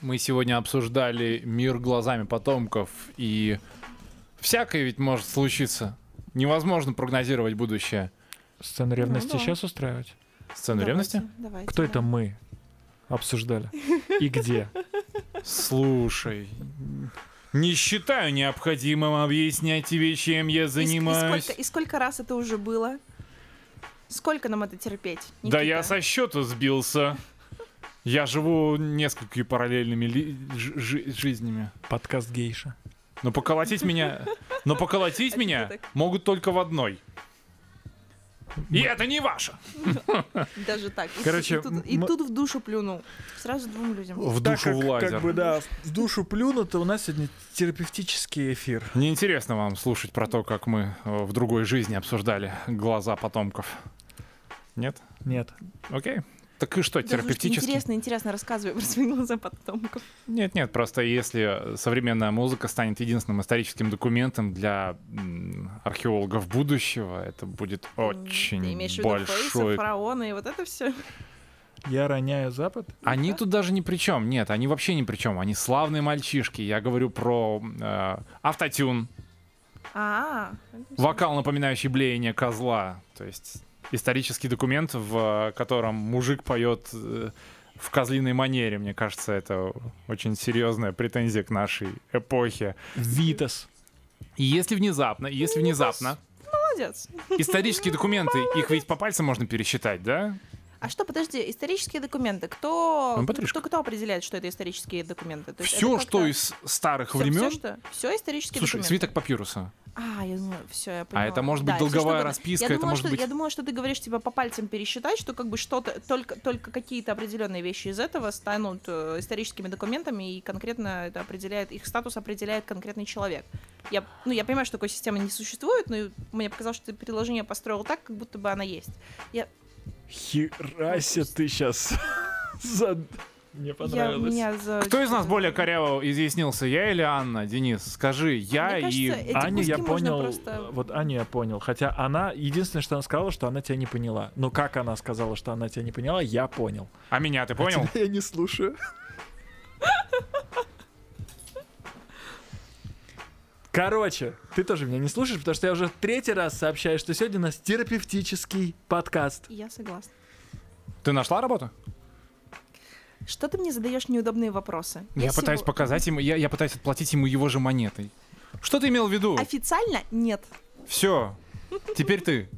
Мы сегодня обсуждали мир глазами потомков и всякое ведь может случиться. Невозможно прогнозировать будущее. Сцену ревности да. сейчас устраивать? Сцену ревности? Давайте. Кто да. это мы? Обсуждали. И где? Слушай, не считаю необходимым объяснять тебе, чем я И ск- и занимаюсь. сколько- И сколько раз это уже было? Сколько нам это терпеть? Да я Никита? со счета сбился. Я живу несколькими параллельными ли- ж- жи- жизнями. Подкаст Гейша. Но поколотить меня... Но поколотить А тебе меня так? могут только в одной. И это не ваше. Даже так. И, Короче, и тут, и мы- тут в душу плюнул. Сразу двум людям. В Так душу как- в лазер. Как бы, да, в душу плюнуто, у нас сегодня терапевтический эфир. Мне интересно вам слушать про то, как мы э, в другой жизни обсуждали глаза потомков. Нет? Нет. Окей. Так и что, Да, слушайте, терапевтически? Интересно, интересно, рассказывай про свои глаза потомков. Нет, нет, просто если современная музыка станет единственным историческим документом для м, археологов будущего, это будет Ты очень имеешь в виду Фейса, большой. фараона и вот это все. Я роняю Запад. Они тут даже ни при чем, нет, они вообще ни при чем, они славные мальчишки. Я говорю про э, автотюн, А, вокал, напоминающий блеяние козла, то есть исторический документ, в э, котором мужик поет э, в козлиной манере. Мне кажется, это очень серьезная претензия к нашей эпохе. Витас. И если внезапно, и если внезапно, молодец. исторические документы, их ведь по пальцам можно пересчитать, да? А что, подожди, исторические документы. Кто, Ну, Патришка. кто, кто определяет, что это исторические документы? То есть Все, это что как-то- из старых всё- времен. всё, что? Все исторические Слушай, документы. свиток папируса. А, я думаю, все, я поняла. это может быть если долговая что-то- расписка, я это думала, может что, быть- Я думала, что ты говоришь, типа, по пальцам пересчитать, что как бы что-то, только, только какие-то определенные вещи из этого станут э, историческими документами, и конкретно это определяет, их статус определяет конкретный человек. Я, ну, я понимаю, что такой системы не существует, но мне показалось, что ты предложение построил так, как будто бы она есть. Херася ты сейчас. Мне Я, меня за... Кто из нас более коряво изъяснился, я или Анна, Денис? Скажи, я Мне и... кажется, э Эти Аню я куски можно понял, просто- э, вот Аню я понял. Хотя она, единственное, что она сказала, что она тебя не поняла. Но как она сказала, что она тебя не поняла, я понял. А меня ты понял? я не слушаю. Короче, ты тоже меня не слушаешь, потому что я уже в третий раз сообщаю, что сегодня у нас терапевтический подкаст. Я согласна. Ты нашла работу? Что ты мне задаешь неудобные вопросы? Я всего- пытаюсь показать ему, я, я пытаюсь отплатить ему его же монетой. Что ты имел в виду? Официально нет. Все. Теперь ты.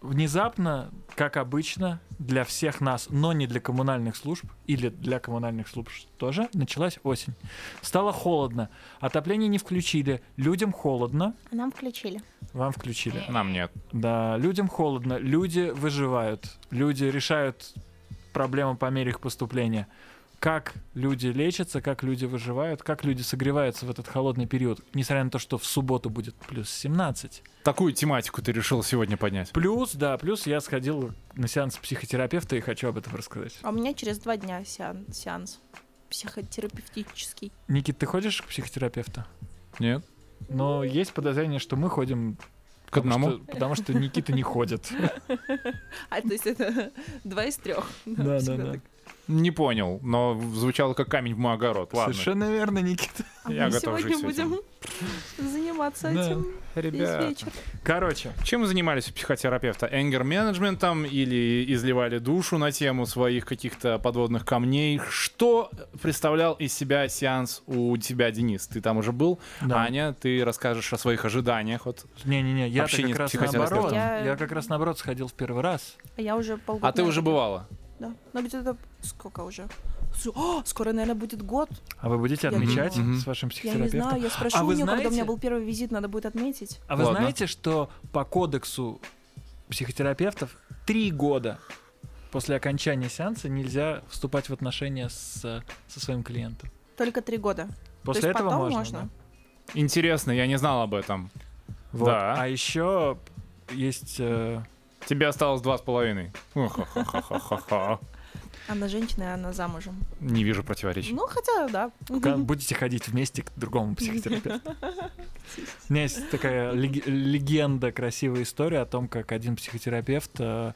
Внезапно, как обычно, для всех нас, но не для коммунальных служб, или для коммунальных служб тоже, началась осень. Стало холодно, отопление не включили, людям холодно, Нам включили. вам включили. Нам нет. Да, людям холодно, люди выживают, люди решают проблемы по мере их поступления. Как люди лечатся, как люди выживают, как люди согреваются в этот холодный период, несмотря на то, что в субботу будет плюс 17. Такую тематику ты решил сегодня поднять. Плюс, да, плюс я сходил на сеанс психотерапевта и хочу об этом рассказать. А у меня через два дня сеан- сеанс психотерапевтический. Никит, ты ходишь к психотерапевту? Нет. Но есть подозрение, что мы ходим Ну, К потому одному. что- потому что Никита не ходит. А, то есть это два из трех. Не понял, но звучало как камень в мой огород. Ладно. Совершенно верно, Никита. А Я мы готов сегодня жить с будем заниматься Да. этим весь Ребят, вечер. Короче, чем вы занимались у психотерапевта? Энгер-менеджментом или изливали душу на тему своих каких-то подводных камней? Что представлял из себя сеанс у тебя, Денис? Ты там уже был? да. Аня, ты расскажешь о своих ожиданиях от Не-не-не, я Общение как с раз психотерапевтом. наоборот. Я- Я... как раз наоборот сходил в первый раз. А я уже полгода. А ты уже бывала? Да. Ну где-то сколько уже? С- О, скоро, наверное, будет год. А вы будете Я отмечать думала. с вашим Я не психотерапевтом? знаю, я спрошу А у вы нее, когда у меня знаете- был первый визит, надо будет отметить. А вы Ладно. знаете, что по кодексу психотерапевтов три года после окончания сеанса нельзя вступать в отношения с, со своим клиентом? Только три года. После То есть этого потом можно. можно? Интересно, я не знал об этом. да. Вот. Да. А еще есть... э, Тебе осталось два с половиной. Ха-ха-ха-ха-ха. Она женщина, и она замужем. Не вижу противоречий. Ну, хотя, да. ка- будете ходить вместе к другому психотерапевту. У меня есть такая лег- легенда, красивая история о том, как один психотерапевт э,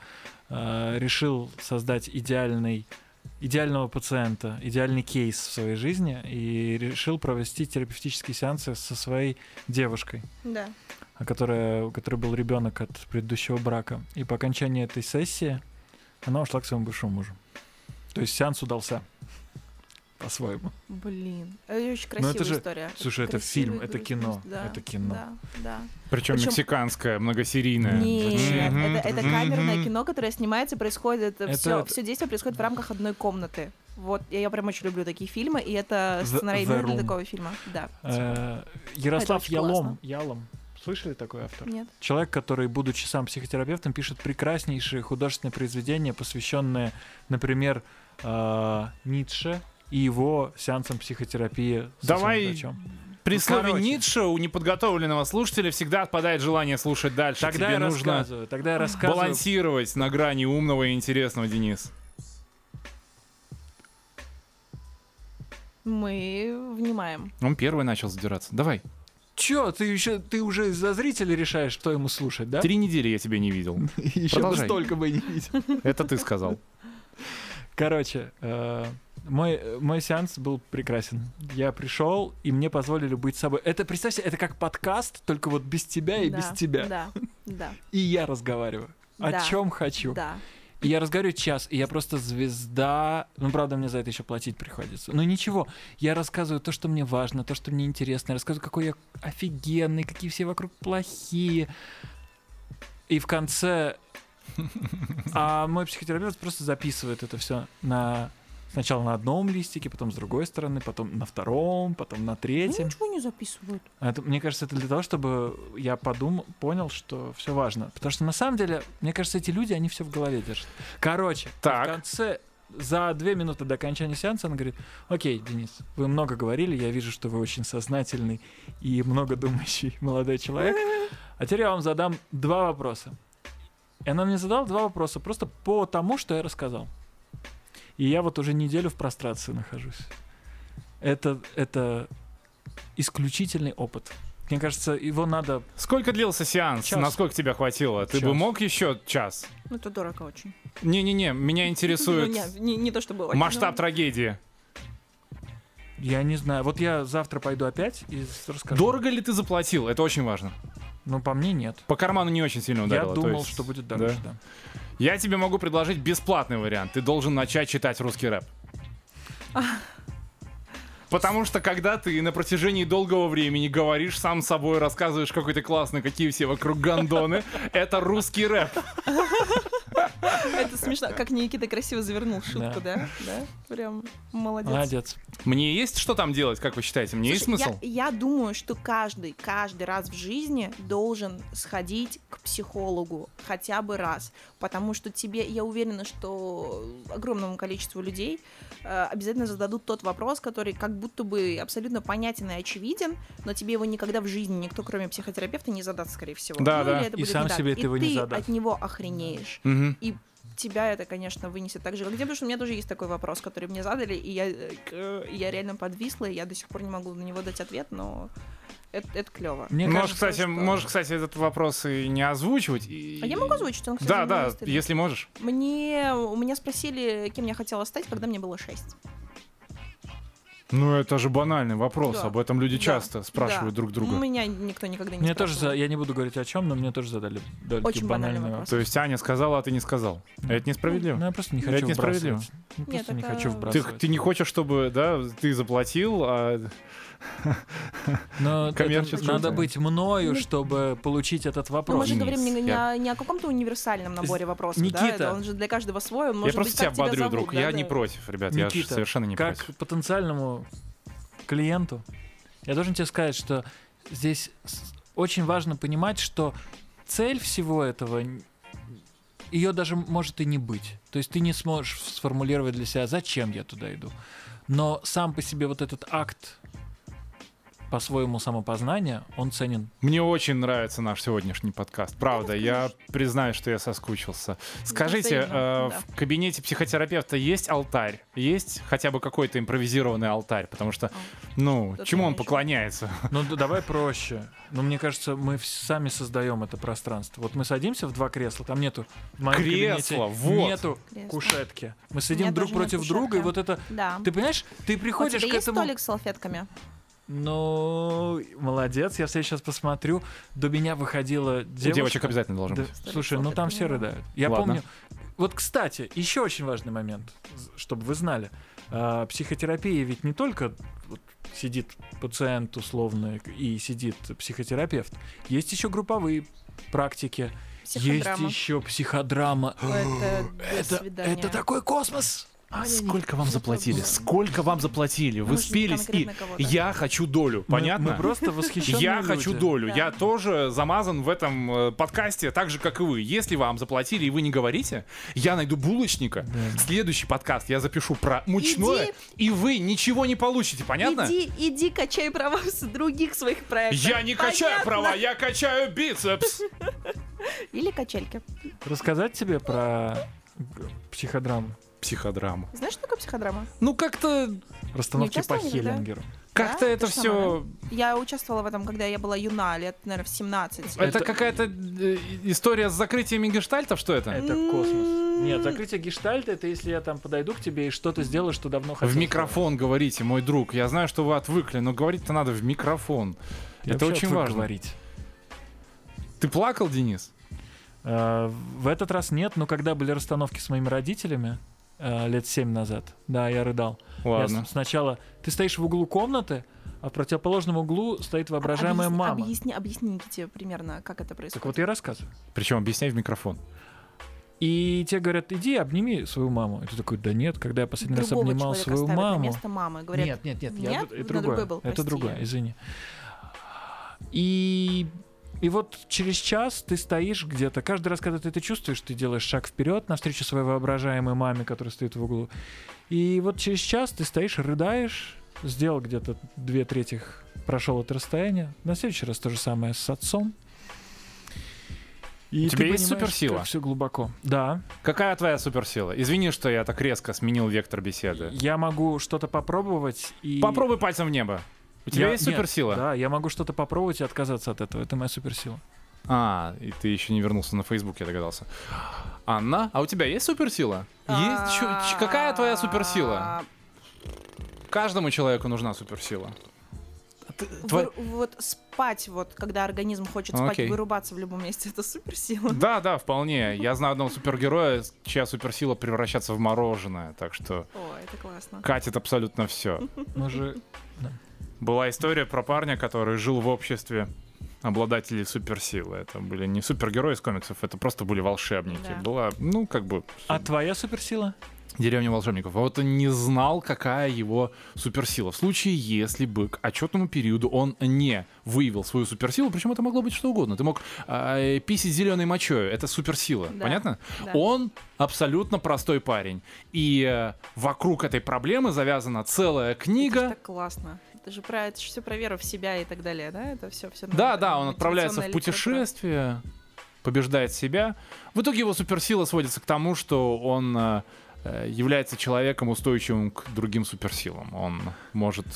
э, решил создать идеальный идеального пациента, идеальный кейс в своей жизни и решил провести терапевтические сеансы со своей девушкой, Да. а которая, у которой был ребенок от предыдущего брака. И по окончании этой сессии она ушла к своему бывшему мужу. То есть сеанс удался. По-своему. Блин. Это очень красивая Ну, же- история. слушай, это красивый фильм, это грустный кино, груст- да, это кино. Да, да. Причем Причём- мексиканская, многосерийная. Нет, Мгм, это, это мгм. камерное кино, которое снимается, происходит Это- все, все действие происходит в рамках одной комнаты. Вот, я, я прям очень люблю такие фильмы, и это The- сценарий The именно для Room. такого фильма. Да. Э, Ярослав очень Ялом. классно. Ялом. Слышали такой автор? Нет. Человек, который, будучи сам психотерапевтом, пишет прекраснейшие художественные произведения, посвященные, например, э, Ницше и его сеансам психотерапии. со своим Давай врачом. При Ну, слове короче. Ницше у неподготовленного слушателя всегда отпадает желание слушать дальше. Тогда Тебе я нужно рассказываю. Тогда я рассказываю. балансировать на грани умного и интересного, Денис. Мы внимаем. Он первый начал задираться. Давай. Чё, ты еще ты уже за зрителя решаешь, что ему слушать, да? Три недели я тебя не видел. Еще Продолжай. столько бы и не видел. Это ты сказал. Короче, э, мой, э, мой сеанс был прекрасен. Я пришел, и мне позволили быть собой. Это, представь себе, это как подкаст, только вот без тебя и Да, без тебя. Да, да, И я разговариваю. О Да. чем хочу. да. И я разговариваю час, и я просто звезда. Ну, правда, мне за это еще платить приходится. Но ничего, я рассказываю то, что мне важно, то, что мне интересно. Я рассказываю, какой я офигенный, какие все вокруг плохие. И в конце... А мой психотерапевт просто записывает это все на... Сначала на одном листике, потом с другой стороны, потом на втором, потом на Ну, третьем. ничего не записывают. А Это, мне кажется, это для того, чтобы я подумал, понял, что все важно. Потому что на самом деле, мне кажется, эти люди, они все в голове держат. Короче, Так. в конце, за две минуты до окончания сеанса, она говорит, окей, Денис, вы много говорили, я вижу, что вы очень сознательный и много думающий молодой человек. А теперь я вам задам два вопроса. И она мне задала два вопроса просто по тому, что я рассказал. И я вот уже неделю в прострации нахожусь. Это, это исключительный опыт. Мне кажется, его надо... Сколько длился сеанс? Час. Насколько тебя хватило? Ты бы Час. мог еще час? Ну, это дорого очень. Не-не-не, меня Ну, интересует не, не, не то, что было. масштаб трагедии. Я не знаю. Вот я завтра пойду опять и с- расскажу. Дорого ли ты заплатил? Это очень важно. Но по мне нет. По карману не очень сильно ударило. я Ну, то думал, есть- что будет дороже. Да. да. Я тебе могу предложить бесплатный вариант. Ты должен начать читать русский рэп. Потому что когда ты на протяжении долгого времени говоришь сам собой, рассказываешь, какой ты классный, какие все вокруг гандоны, это русский рэп. Это смешно. Как Никита красиво завернул шутку, Да. да? Да. Прям молодец. Молодец. Мне есть что там делать, как вы считаете? Мне есть Слушай, смысл? Я, я думаю, что каждый, каждый раз в жизни должен сходить к психологу хотя бы раз. Потому что тебе, я уверена, что огромному количеству людей э, обязательно зададут тот вопрос, который как будто бы абсолютно понятен и очевиден, но тебе его никогда в жизни никто, кроме психотерапевта, не задаст, скорее всего. Да, Ну, или да. это И будет сам не так. себе ты И его не задашь. от него охренеешь Мгм. тебя это, конечно, вынесет так же, как и тем, потому что у меня тоже есть такой вопрос, который мне задали, и я, э, к- э, я реально подвисла, и я до сих пор не могу на него дать ответ, но это, клево. Мне Можешь, кажется, кстати, что- можешь, кстати, этот вопрос и не озвучивать. и- А я могу озвучить, он, кстати, Да, не да, стыдно. если можешь. Мне, у меня спросили, кем я хотела стать, когда мне было 6. Ну, это же банальный вопрос. Да. Об этом люди часто спрашивают друг друга. Меня никто никогда не мне тоже за... спрашивал. Я не буду говорить о чем, но мне тоже задали довольно Очень банальный вопрос. То есть Аня сказала, а ты не сказал. Это несправедливо. Ну, я просто не Это хочу несправедливо. вбрасывать. Я Нет, просто не это- хочу Ты- Ты, вбрасывать. ты не хочешь, чтобы, да, ты заплатил, а... Но это коммерческую надо цель. быть Ну, мною, чтобы получить этот Но Ну, мы вопрос. же Денис, говорим не, не я- о, не о каком-то универсальном наборе вопросов, да? Никита. Это он же для каждого свой, он я может просто быть, тебя как тебя бодрю, зовут, друг. да, я да. не против, ребят. я ж Никита, совершенно не как против. потенциальному клиенту, я должен тебе сказать, что здесь с- очень важно понимать, что цель всего этого ее даже может и не быть. То есть ты не сможешь сформулировать для себя, зачем я туда иду. Но сам по себе вот этот акт по-своему самопознание, он ценен. Мне очень нравится наш сегодняшний подкаст. Правда, я признаю, что я соскучился. Скажите, Взаимно, э, да. в кабинете психотерапевта есть алтарь? Есть хотя бы какой-то импровизированный алтарь? Потому что, ну, Кто-то чему он меня ещё- поклоняется? Ну д- давай проще. Ну мне кажется, мы вс- сами создаем это пространство. Вот мы садимся в два кресла, там нету в моем Кресла, кабинете вот. нету Кресло. кушетки. Мы сидим меня друг даже нет против друга, и кушетки. вот это. Да. Ты понимаешь, ты У тебя приходишь к есть этому. столик с салфетками? Ну, молодец, я все сейчас посмотрю. До меня выходила У девочка. девочек обязательно должен Да, быть. слушай, ну там все рыдают. Я Ладно. помню. Вот, кстати, еще очень важный момент, з- чтобы вы знали. А, Психотерапия ведь не только вот сидит пациент условно и сидит психотерапевт. Есть еще групповые практики, есть Психодрама. еще психодрама. Ой, Э, Это, до Это, свидания. это такой космос! Аня, не- Сколько вам Ну, заплатили? по-моему. Сколько вам заплатили? Вы Нужно спились и конкретно кого-то. я хочу долю. Мы- Понятно? Мы просто восхищены. Я хочу долю. Да. Я тоже замазан в этом э, подкасте, так же, как и вы. Если вам заплатили и вы не говорите, я найду булочника. Следующий подкаст я запишу про мучное, и вы ничего не получите, понятно? Иди, иди, качай права с других своих проектов. Я не качаю Понятно? права, я качаю бицепс. Или качельки. Рассказать тебе про г- психодраму. Психодрама. Знаешь, что такое психодрама? Ну как-то, Расстановки по участвовала никогда? Хиллингеру. как-то Да? это Ты что, все. Я участвовала в этом, когда я была юна, лет, наверное, в 17. Это, Это- какая-то э, история с закрытиями гештальтов, что А, это? Это М. космос. Нет, закрытие гештальта это если я там подойду к тебе и что-то сделаю, что давно хотел. В микрофон говорите, мой друг. Я знаю, что вы отвыкли, но говорить-то надо в микрофон. Я это вообще очень отвык важно. говорить. Ты плакал, Денис? Э, в этот раз нет, но когда были расстановки с моими родителями э, лет семь назад, да, я рыдал. Я Ладно. с- сначала ты стоишь в углу комнаты, а в противоположном углу стоит воображаемая А, Объясни- мама. Объясни, объясните примерно, как это Так происходит. вот я рассказываю. Причем объясняй в микрофон. И те говорят, иди обними свою маму. И ты такой, да нет, когда я последний раз Другого обнимал человека свою ставят на маму. место мамы. Говорят, нет, нет, нет, нет, я, д- на это другое. другой был, это прости. другое, извини. И и вот через час ты стоишь где-то, каждый раз, когда ты это чувствуешь, ты делаешь шаг вперед навстречу своей воображаемой маме, которая стоит в углу. И вот через час ты стоишь, рыдаешь, сделал где-то две трети, прошел это расстояние. На следующий раз то же самое с отцом. И У тебя есть суперсила? Все глубоко. Да. Какая твоя суперсила? Извини, что я так резко сменил вектор беседы. Я могу что-то попробовать и. Попробуй пальцем в небо. У тебя Я- есть нет, суперсила? Да, я могу что-то попробовать и отказаться от этого. Это моя суперсила. А, и ты еще не вернулся на Facebook, я догадался. Анна, а у тебя есть суперсила? Есть? чё- ч- какая твоя суперсила? А, Каждому человеку нужна суперсила. Твоя- вы- Вот спать, вот когда организм хочет спать, Окей. вырубаться в любом месте, это суперсила. Да, да, вполне. Я знаю одного супергероя, чья суперсила превращаться в мороженое, так что О, это классно. катит абсолютно все. Мы же Была история про парня, который жил в обществе обладателей суперсилы. Это были не супергерои из комиксов, это просто были волшебники. Да. Была, ну, как бы, А твоя суперсила? деревня волшебников. А вот он не знал, какая его суперсила. В случае, если бы к отчетному периоду он не выявил свою суперсилу, причем это могло быть что угодно. Ты мог э, писать зеленой мочой, это суперсила, Да. понятно? Да. Он абсолютно простой парень. И э, вокруг этой проблемы завязана целая Это же книга. так классно. Это же про это все про веру в себя и так далее, да? ну, Это все все. Да, да, он отправляется в путешествие, побеждает себя. В итоге его суперсила сводится к тому, что он э, э, является человеком, устойчивым к другим суперсилам. Он может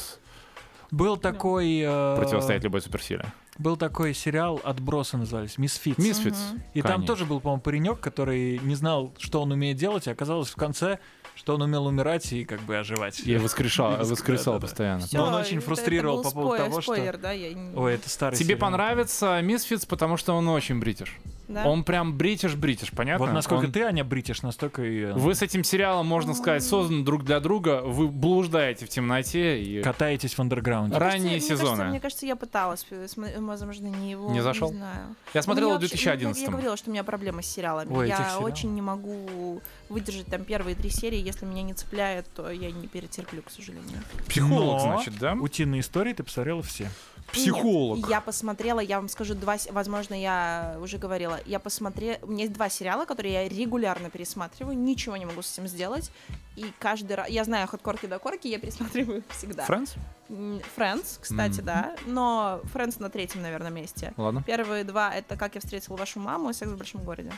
Был такой... э, противостоять любой суперсиле. Был такой сериал «Отбросы» назывались, «Мисфитс». Мисфиц. И там тоже был, по-моему, паренек, который не знал, что он умеет делать, и оказалось в конце, что он умел умирать и как бы оживать. Я воскрешал, Да, да, воскресал да. постоянно. Но он очень фрустрировал по поводу того, что- Спойлер, да, я не- Ой, это старый Тебе сериал. понравится Мисфиц, потому что он очень бритиш. да? Ну, Он прям бритиш-бритиш, понятно? Вот насколько Он- ты, Аня, бритиш, настолько и... э, Вы с этим сериалом, можно сказать, созданы друг для друга. Вы блуждаете в темноте и... Катаетесь в андерграунде. Мне кажется, ранние мне кажется- сезоны. Мне кажется, я пыталась, э, см- возможно, не его. Не зашел? знаю. Я смотрел в Ну, я вообще- ну, 2011 Я говорила, что у меня проблемы с сериалами. Ой, этих я сериалов. очень не могу выдержать там первые три серии. Если меня не цепляет, то я не перетерплю, к сожалению. Психолог, Но значит, да? Утиные истории ты посмотрела все. Нет, я посмотрела, я вам скажу два, с- возможно, я уже говорила, сериала я посмотрела... У меня есть два сериала, которые я регулярно пересматриваю, ничего не могу с этим сделать. И каждый раз... Я знаю их от корки до корки, я пересматриваю их всегда. Франц? М, Friends, кстати, Мгм. да. Но Friends на третьем, наверное, месте. Ладно. Первые два — это «Как я встретил вашу маму» и «Секс в большом городе».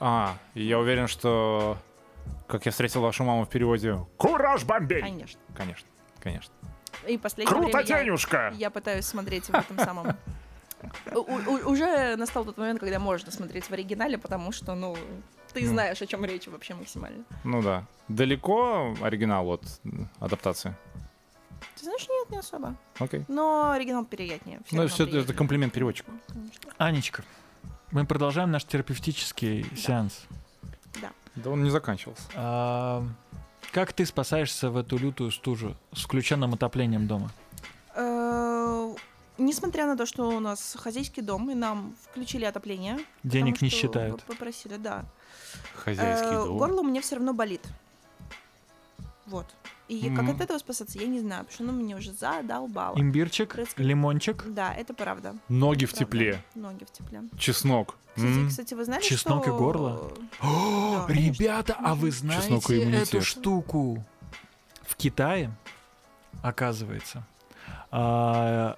А, и я уверен, что как я встретил вашу маму в переводе Кураж Бомбей! Конечно. Конечно, конечно. И последнее Круто, время я- денежка! Я пытаюсь смотреть в этом самом. У- у- Уже настал тот момент, когда можно смотреть в оригинале, потому что, ну, ты Ну. знаешь, о чем речь вообще максимально. Ну да. Далеко оригинал от м, адаптации. Ты знаешь, нет, не особо. Окей. Но оригинал приятнее. всё ну, равно все это, приятнее. комплимент переводчику. Конечно. Анечка, мы продолжаем наш терапевтический сеанс. Да он не заканчивался. А, как ты спасаешься в эту лютую стужу с включенным отоплением дома? Э, Несмотря на то, что у нас хозяйский дом, и нам включили отопление. Денег потому не что считают. п- Попросили, да. Хозяйский Э, дом. Горло у меня все равно болит. Вот. И как Мгм. от этого спасаться, я не знаю, потому что оно меня уже задолбало. Имбирчик, Рыцкий. лимончик. Да, это правда. Ноги в Правда. тепле. Ноги в тепле. Чеснок. Кстати, М. кстати, вы знали, М-м. Чеснок и что... горло? Да, конечно. Ребята, а вы Чеснок и знаете эту иммунитет. штуку? В Китае, оказывается, а,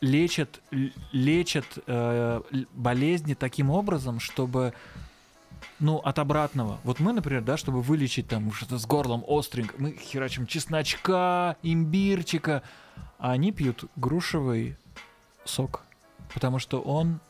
лечат, л- лечат э, л- болезни таким образом, чтобы ну, от обратного. Вот мы, например, да, чтобы вылечить там что-то с горлом остренько, мы херачим чесночка, имбирчика, а они пьют грушевый сок, потому что он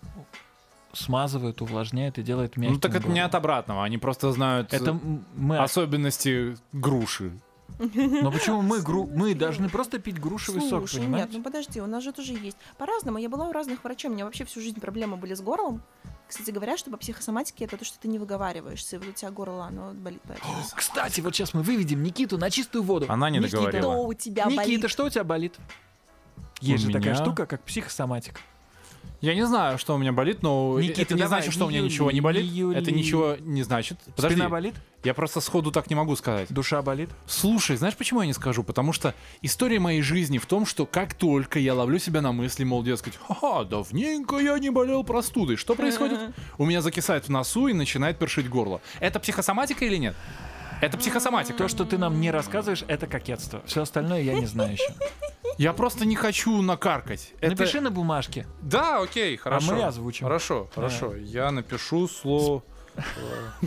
смазывает, увлажняет и делает мягким Ну так это не горло. от обратного, они просто знают Это э, м- мы особенности груши. а Но почему мы гру... мы должны просто пить грушевый сок, Слушай, нет, понимаете? ну подожди, у нас же тоже есть. По-разному, я была у разных врачей, у меня вообще всю жизнь проблемы были с горлом. Кстати говоря, что по психосоматике это то, что ты не выговариваешься, и вот у тебя горло, оно болит. поэтому. Кстати, вот сейчас мы выведем Никиту на чистую воду. Она не Никита, договорила. Что у тебя Никита, болит? что у тебя болит? Есть У же такая меня? штука, как психосоматика. Я не знаю, что у меня болит, но Никита, это не давай, значит, что у меня Юли, ничего не болит. Юли. Это ничего не значит. Подожди, Спина болит, я просто сходу так не могу сказать. душа болит. Слушай, знаешь, почему я не скажу? Потому что история моей жизни в том, что как только я ловлю себя на мысли, мол, дескать, ха-ха, давненько я не болел простудой. Что происходит? У меня закисает в носу и начинает першить горло. Это психосоматика или нет? Это психосоматика. То, что ты нам не рассказываешь, это кокетство. Все остальное я не знаю еще. Я просто не хочу накаркать. Это- Напиши на бумажке. Да, окей, хорошо. мы озвучим. Хорошо, хорошо. Я напишу слово.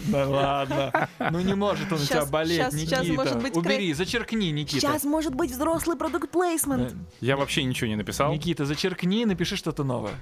Да ладно. Ну не может он у тебя Щас- болеть, щас- Никита. щас, может быть, Убери, зачеркни, Никита. Э, Сейчас может быть взрослый продукт плейсмент. Я вообще ничего не написал. Никита, зачеркни и напиши что-то новое.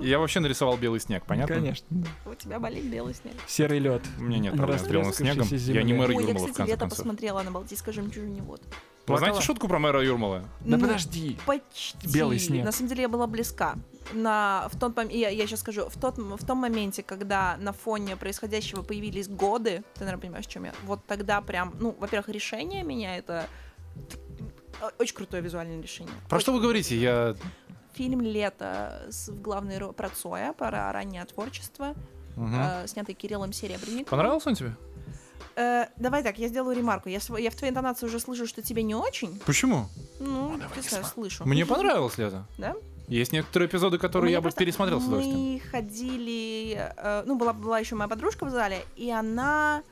Я вообще нарисовал белый снег, понятно? Конечно. да. У тебя болит белый снег. Серый лед. У меня нет проблем с белым снегом. Растрескавшейся Я не земля. мэр Ой, я, Юрмала, в кстати, конце лето концов. посмотрела на Балтийской жемчужине вот. Вы знаете Плакала? шутку про мэра Юрмала? Да Ну, подожди. Почти. Белый снег. На самом деле я была близка. На, в тот, пом- я, я сейчас скажу, в, тот, м- в том моменте, когда на фоне происходящего появились годы, ты, наверное, понимаешь, о чем я, вот тогда прям, ну, во-первых, решение меня это... э, Очень крутое визуальное решение. Про Очень что вы крутое. говорите? Я... Фильм «Лето» с, в главной ро- про Цоя, про раннее творчество, Мгм. э, снятый Кириллом Серебренником. Понравился он тебе? Э, давай так, я сделаю ремарку. Я, св- я в твоей интонации уже слышу, что тебе не очень. Почему? Ну, его ты не знаешь, смо- слышу. Мне понравилось лето. Да? Есть некоторые эпизоды, которые Мне я бы просто- пересмотрел с удовольствием. Мы ходили, э, ну была была еще моя подружка в зале, и она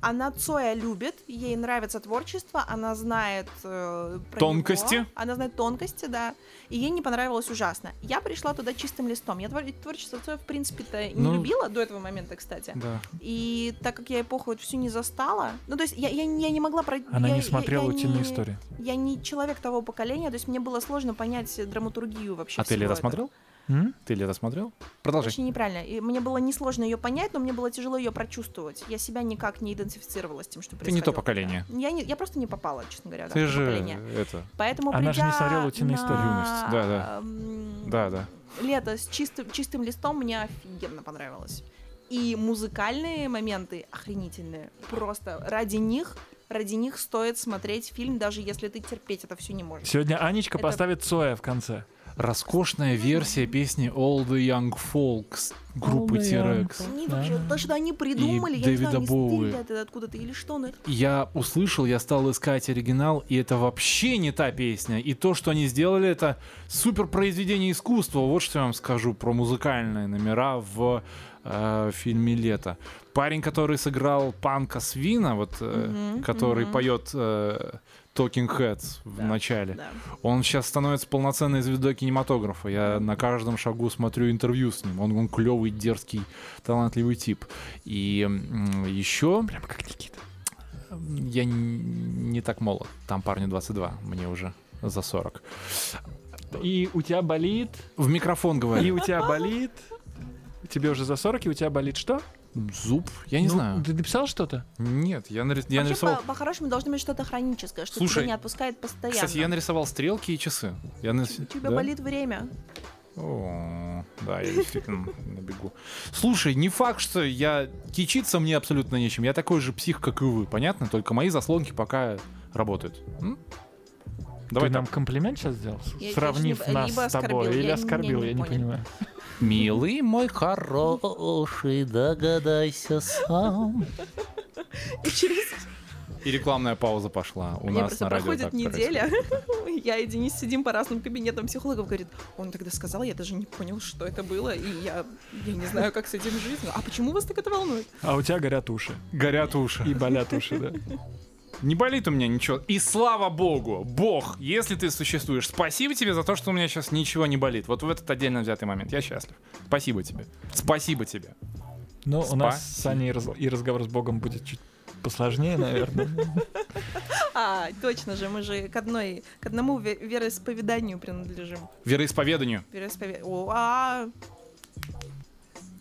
она Цоя любит, ей нравится творчество, она знает э, про Тонкости. него, она знает тонкости, да, и ей не понравилось ужасно. Я пришла туда чистым листом, я твор- творчество Цоя в принципе-то не Ну. любила до этого момента, кстати, Да. и так как я эпоху эту всю не застала, ну то есть я я, я не могла пройти. Она я- не я- смотрела я утиные не- истории. Я не человек того поколения, то есть мне было сложно понять драматургию вообще. А ты всего лето этого. смотрел? М? Ты лето смотрел? Продолжай. Очень неправильно. И мне было несложно ее понять, но мне было тяжело ее прочувствовать. Я себя никак не идентифицировала с тем, что Ты не происходило. то поколение. Я, не, я просто не попала, честно говоря, да, в Ты то же поколение. это. Поэтому Она же не придя сорила утиные на, истории. Юность, да, да. эм, Да, да. Лето с чистым, чистым листом мне офигенно понравилось. И музыкальные моменты охренительные. Просто ради них, ради них стоит смотреть фильм, даже если ты терпеть это все не можешь. Сегодня Анечка Это- поставит Цоя в конце. Роскошная версия песни All the Young Folks группы All the T-Rex. Young Они Да. вообще, то, что они придумали, я не Дэвида знаю, они Боуи. стырили это откуда-то или что, но это Я услышал, я стал искать оригинал, и это вообще не та песня. И то, что они сделали, это супер произведение искусства. Вот что я вам скажу про музыкальные номера в э, фильме Лето. Парень, который сыграл панка Свина, вот, э, Мгм, который мгм. поет э, Talking Heads в Да, начале. да. Он сейчас становится полноценной звездой кинематографа. Я на каждом шагу смотрю интервью с ним. Он, он клевый, дерзкий, талантливый тип. И м, еще... Прям как Никита. Я н- не так молод. Там парню 22, мне уже за 40. И у тебя болит, В микрофон и говорю. у тебя болит. Тебе уже за 40, и у тебя болит что? Зуб? Я не Ну, знаю. Ты написал что-то? Нет, я, нарис- я Вообще, нарисовал... по- по-хорошему, должно быть что-то хроническое, что Слушай, тебя не отпускает постоянно. Кстати, я нарисовал стрелки и часы. Я нарис- У тебя Да? болит время. О, Да, я действительно набегу. Слушай, не факт, что я кичиться мне абсолютно нечем. Я такой же псих, как и вы, понятно? Только мои заслонки пока работают. М? Давай ты там. нам комплимент сейчас сделал, с- Я тебя сравнив либо- нас либо с тобой. оскорбил, Или я не- оскорбил, я я не, не понял. понимаю. Милый мой хоро. Хороший, догадайся сам. И через И рекламная пауза пошла. У Мне нас просто на радио проходит так неделя. Я и Денис сидим по разным кабинетам психологов. Говорит, он тогда сказал, я даже не понял, что это было, и я, я не знаю, как с этим жить. Ну, А почему вас так это волнует? А у тебя горят уши. происходит. Горят уши. И болят уши, да. Не болит у меня ничего. И слава богу, бог, если ты существуешь, спасибо тебе за то, что у меня сейчас ничего не болит. Вот в этот отдельно взятый момент. Я счастлив. Спасибо тебе. Спасибо тебе. Ну, у нас с Спасибо. Саней раз- и разговор с Богом будет чуть посложнее, наверное. А, точно же, мы же к одной, к одному ве- вероисповеданию принадлежим. Вероисповеданию. Вероисповед... О, а,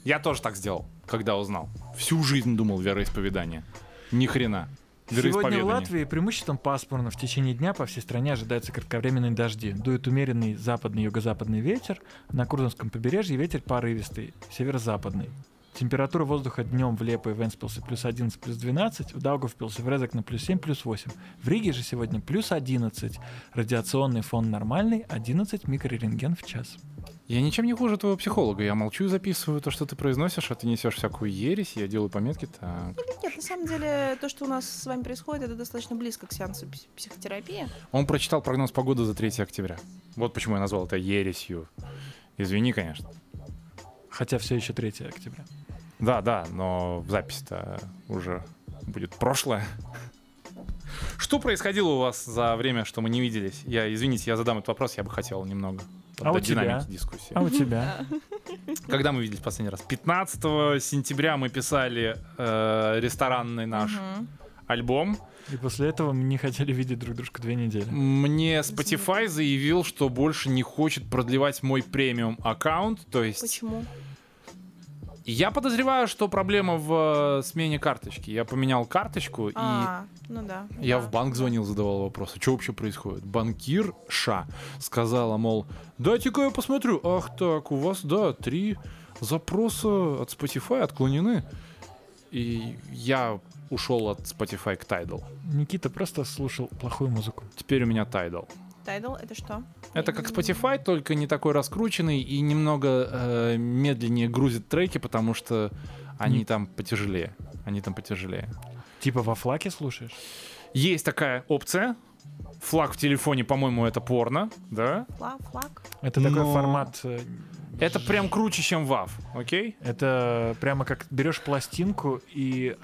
Я тоже так сделал, когда узнал. Всю жизнь думал вероисповедание. Ни хрена. Сегодня в Вероисповедание. Латвии преимуществом пасмурно в течение дня по всей стране ожидаются кратковременные дожди. Дует умеренный западный и юго-западный ветер, на Курзонском побережье ветер порывистый, северо-западный. Температура воздуха днем в Лепо и Венспилсе плюс 11, плюс 12, в Даугавпилсе в Резок на плюс 7, плюс 8. В Риге же сегодня плюс 11, радиационный фон нормальный, 11 микрорентген в час. Я ничем не хуже твоего психолога. Я молчу и записываю то, что ты произносишь, а ты несешь всякую ересь, я делаю пометки. Так. нет, на самом деле, то, что у нас с вами происходит, это достаточно близко к сеансу пс- психотерапии. Он прочитал прогноз погоды за 3 октября. Вот почему я назвал это ересью. Извини, конечно. Хотя все еще 3 октября. Да, да, но запись-то уже будет прошлое. Что происходило у вас за время, что мы не виделись? Я, извините, я задам этот вопрос, я бы хотел немного. А у отдать тебя? динамики дискуссии. А у тебя? Когда мы виделись последний раз? 15 сентября мы писали э, ресторанный наш Мгм. альбом. И после этого мы не хотели видеть друг дружку две недели. Мне Spotify заявил, что больше не хочет продлевать мой премиум аккаунт. То есть Почему? я подозреваю, что проблема в э, смене карточки. Я поменял карточку и А, ну да. Я да. в банк звонил, задавал вопросы, что вообще происходит. Банкир Ша сказала, мол, дайте-ка я посмотрю. Ах так, у вас, да, три запроса от Spotify отклонены. И я ушел от Spotify к Tidal. Никита просто слушал плохую музыку. Теперь у меня Tidal. Тайдл это что? Это как Spotify, только не такой раскрученный и немного э, медленнее грузит треки, потому что они Не- там потяжелее. Они там потяжелее. Типа во флаке слушаешь? Есть такая опция. Флаг в телефоне, по-моему, это порно, да? Флаг, флаг. Это Но- такой формат. э, Это прям круче, чем WAV, окей? Это прямо как берешь пластинку и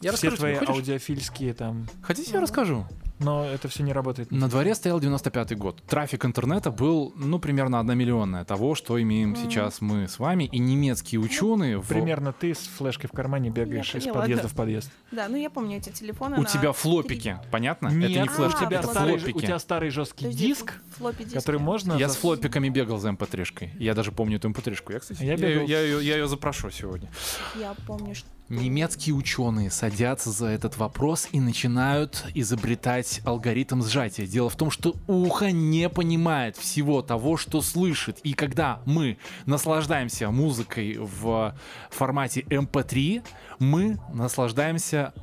Я все расскажу тебе, твои хочешь? аудиофильские там. Хотите, я расскажу? Но это все не работает. На дворе стоял 95-й год. Трафик интернета был, ну, примерно одномиллионное того, что имеем сейчас мы с вами. И немецкие ученые... в- Примерно ты с флешкой в кармане бегаешь Я из поняла, подъезда да. в подъезд. Да, ну я помню эти телефоны. У на тебя флопики, понятно? А, это не Нет, флешки, у тебя это флопики. старый, флопики. у тебя старый жесткий Подожди, диск, флоппи диски. который можно. Я зас- с флопиками бегал за mp 3 Я даже помню эту mp 3 Я, кстати, Я я, её- бегал. я, её- я ее запрошу сегодня. Я помню, что... Немецкие ученые садятся за этот вопрос и начинают изобретать алгоритм сжатия. Дело в том, что ухо не понимает всего того, что слышит. И когда мы наслаждаемся эм музыкой в формате MP3, мы наслаждаемся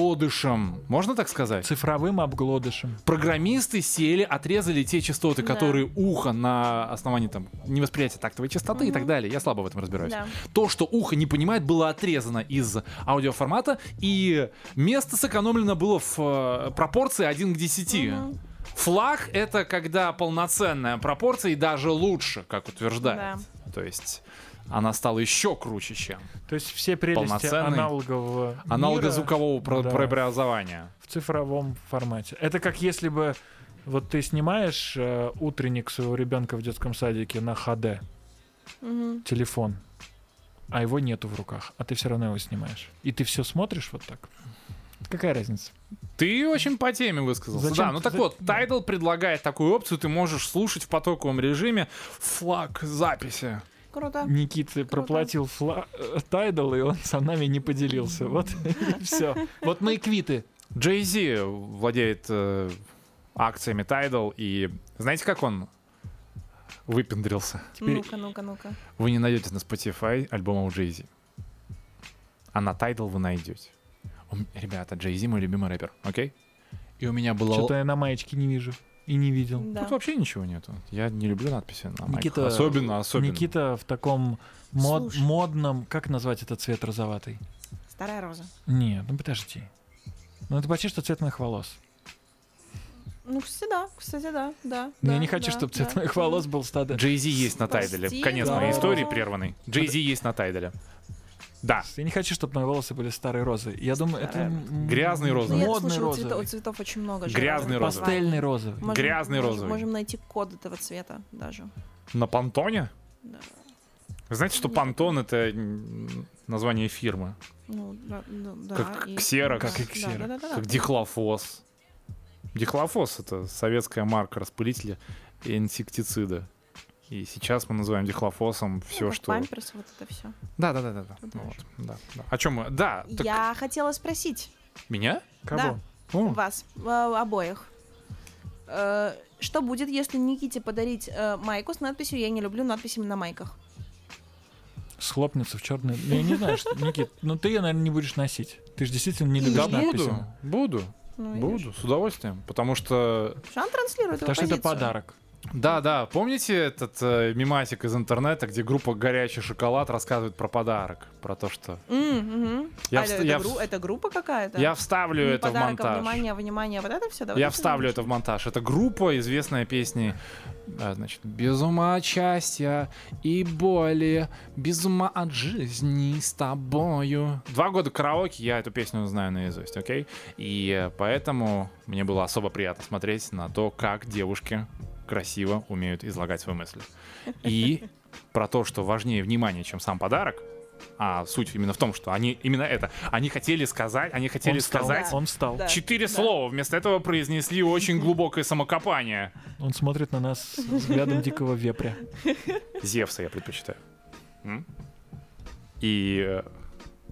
обглодышем. Можно так сказать? Цифровым обглодышем. Программисты сели, отрезали те частоты, Да. которые ухо на основании там невосприятия тактовой частоты и так далее. Я слабо в этом разбираюсь. Да. То, что ухо не понимает, было отрезано из аудиоформата, и место сэкономлено было в э, пропорции 1 к 10. Мгм. Флаг — это когда полноценная пропорция и даже лучше, как утверждает. То есть она стала еще круче, чем То есть все прелести Полноценный аналогового аналога мира звукового про- да. преобразования. в цифровом формате. Это как если бы вот ты снимаешь э, утренник своего ребенка в детском садике на ХД Мгм. телефон, а его нету в руках, а ты все равно его снимаешь. И ты все смотришь вот так. Какая разница? Ты очень по теме высказался. Зачем Да, ну ты- так за- вот, Tidal предлагает такую опцию, ты можешь слушать в потоковом режиме флаг записи. Круто. Никита проплатил фла- э, тайдл, и он со нами не поделился. Вот и все. Вот мы и квиты. Джей Зи владеет э, акциями Tidal, и знаете, как он выпендрился? Ну-ка, ну-ка, ну-ка. Вы не найдете на Spotify альбома у Джей Зи. А на Tidal вы найдете. Он- Ребята, Джей Зи мой любимый рэпер, окей? И у меня было... Что-то я на маечке не вижу и не видел. Да. Тут вообще ничего нету. Я не люблю надписи на майках. Никита- Особенно, особенно. Никита в таком мод- Слушай. модном, как назвать этот цвет розоватый? Старая роза. Нет, ну подожди. Ну это почти что цвет моих волос. Ну, кстати, да. Кстати, да. да Ну, Но я да, не хочу, да, чтобы цвет да. моих волос был стада. Джей Зи есть на Прости, Тайдале. Конец да. моей истории прерванный. Джей Зи есть на Тайдале. Да. Я не хочу, чтобы мои волосы были старые розы. Я думаю, это Старые м, Грязный Ну, розовый. я модный слышала, у цвето- у розовый. цветов очень много. Грязный розовый. Пастельный розовый. Можем- Грязный можем- розовый. Можем найти код этого цвета даже. На Пантоне? Да. Вы знаете, что Пантон это м, название фирмы? Ну, да, ну, да, Как и- ксерокс. да, Как и да, ксерокс. да, да, да, да. Как дихлофос. Дихлофос это советская марка распылителя и инсектицида. И сейчас мы называем дихлофосом Ну, все, как что... Памперс, вот это все. Да, да, да, да, да. Туда Вот, же. да, да. О чем мы? Да, так Я хотела спросить меня? Кого? О, вас, э, обоих. Э, Что будет, если Никите подарить э, майку с надписью «Я не люблю надписи на майках»? Схлопнется в черный. Ну, я не знаю, что, Никит, ну ты ее, наверное, не будешь носить. Ты же действительно не любишь да надписи. буду, буду, Ну, видишь. буду, с удовольствием. Потому что Она транслирует его Потому что это позицию. подарок. Да, да, помните этот э, мемасик из интернета, где группа Горячий шоколад рассказывает про подарок, про то, что М, мгм. Я А, вст- это, я гру- вст- это группа какая-то? я вставлю Не это в подарок, а монтаж. внимание, внимание, вот это все? я вставлю это в монтаж. Это группа, известная песни, э, значит, без ума от счастья и боли, без ума от жизни с тобою. Два года караоке, я эту песню знаю наизусть, окей? И э, поэтому мне было особо приятно смотреть на то, как девушки красиво умеют излагать свои мысли. И про то, что важнее внимание, чем сам подарок, а суть именно в том, что они именно это, они хотели сказать, они хотели он встал. сказать Он встал. Да. Четыре слова вместо этого произнесли очень глубокое самокопание. Он смотрит на нас с взглядом дикого вепря. Зевса я предпочитаю. М? И э,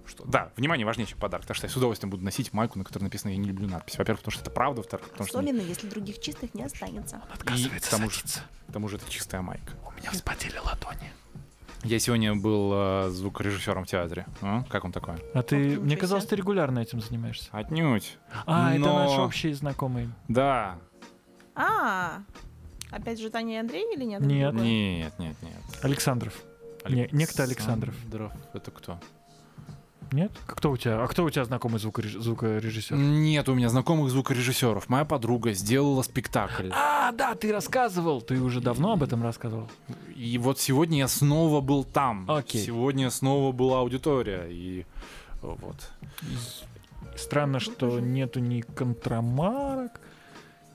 что? Да, внимание важнее, чем подарок. Так что я с удовольствием буду носить майку, на которой написано «Я не люблю надпись». Во-первых, потому что это правда, во-вторых, потому что... Солено, если других чистых не останется. И к тому, же, к тому же это чистая майка. У меня вспотели ладони. Я сегодня был э, звукорежиссером в театре. А? Как вам такое? А ты, Ох, мне ничего казалось, себе. ты регулярно этим занимаешься. Отнюдь. А, это Но- наши общие знакомые. Да. А, опять же Таня и Андрей или нет? Нет. Другой? Нет, нет, нет. Александров. Не- некто Александров. Александров. Это кто? Нет? Кто у тебя? А кто у тебя знакомый звукореж- звукорежиссер? Нет, у меня знакомых звукорежиссеров. Моя подруга сделала спектакль. А, да, ты рассказывал. Ты уже давно об этом рассказывал. И вот сегодня я снова был там. Окей. Сегодня снова была аудитория. И э, вот. Странно, что нету ни контрамарок,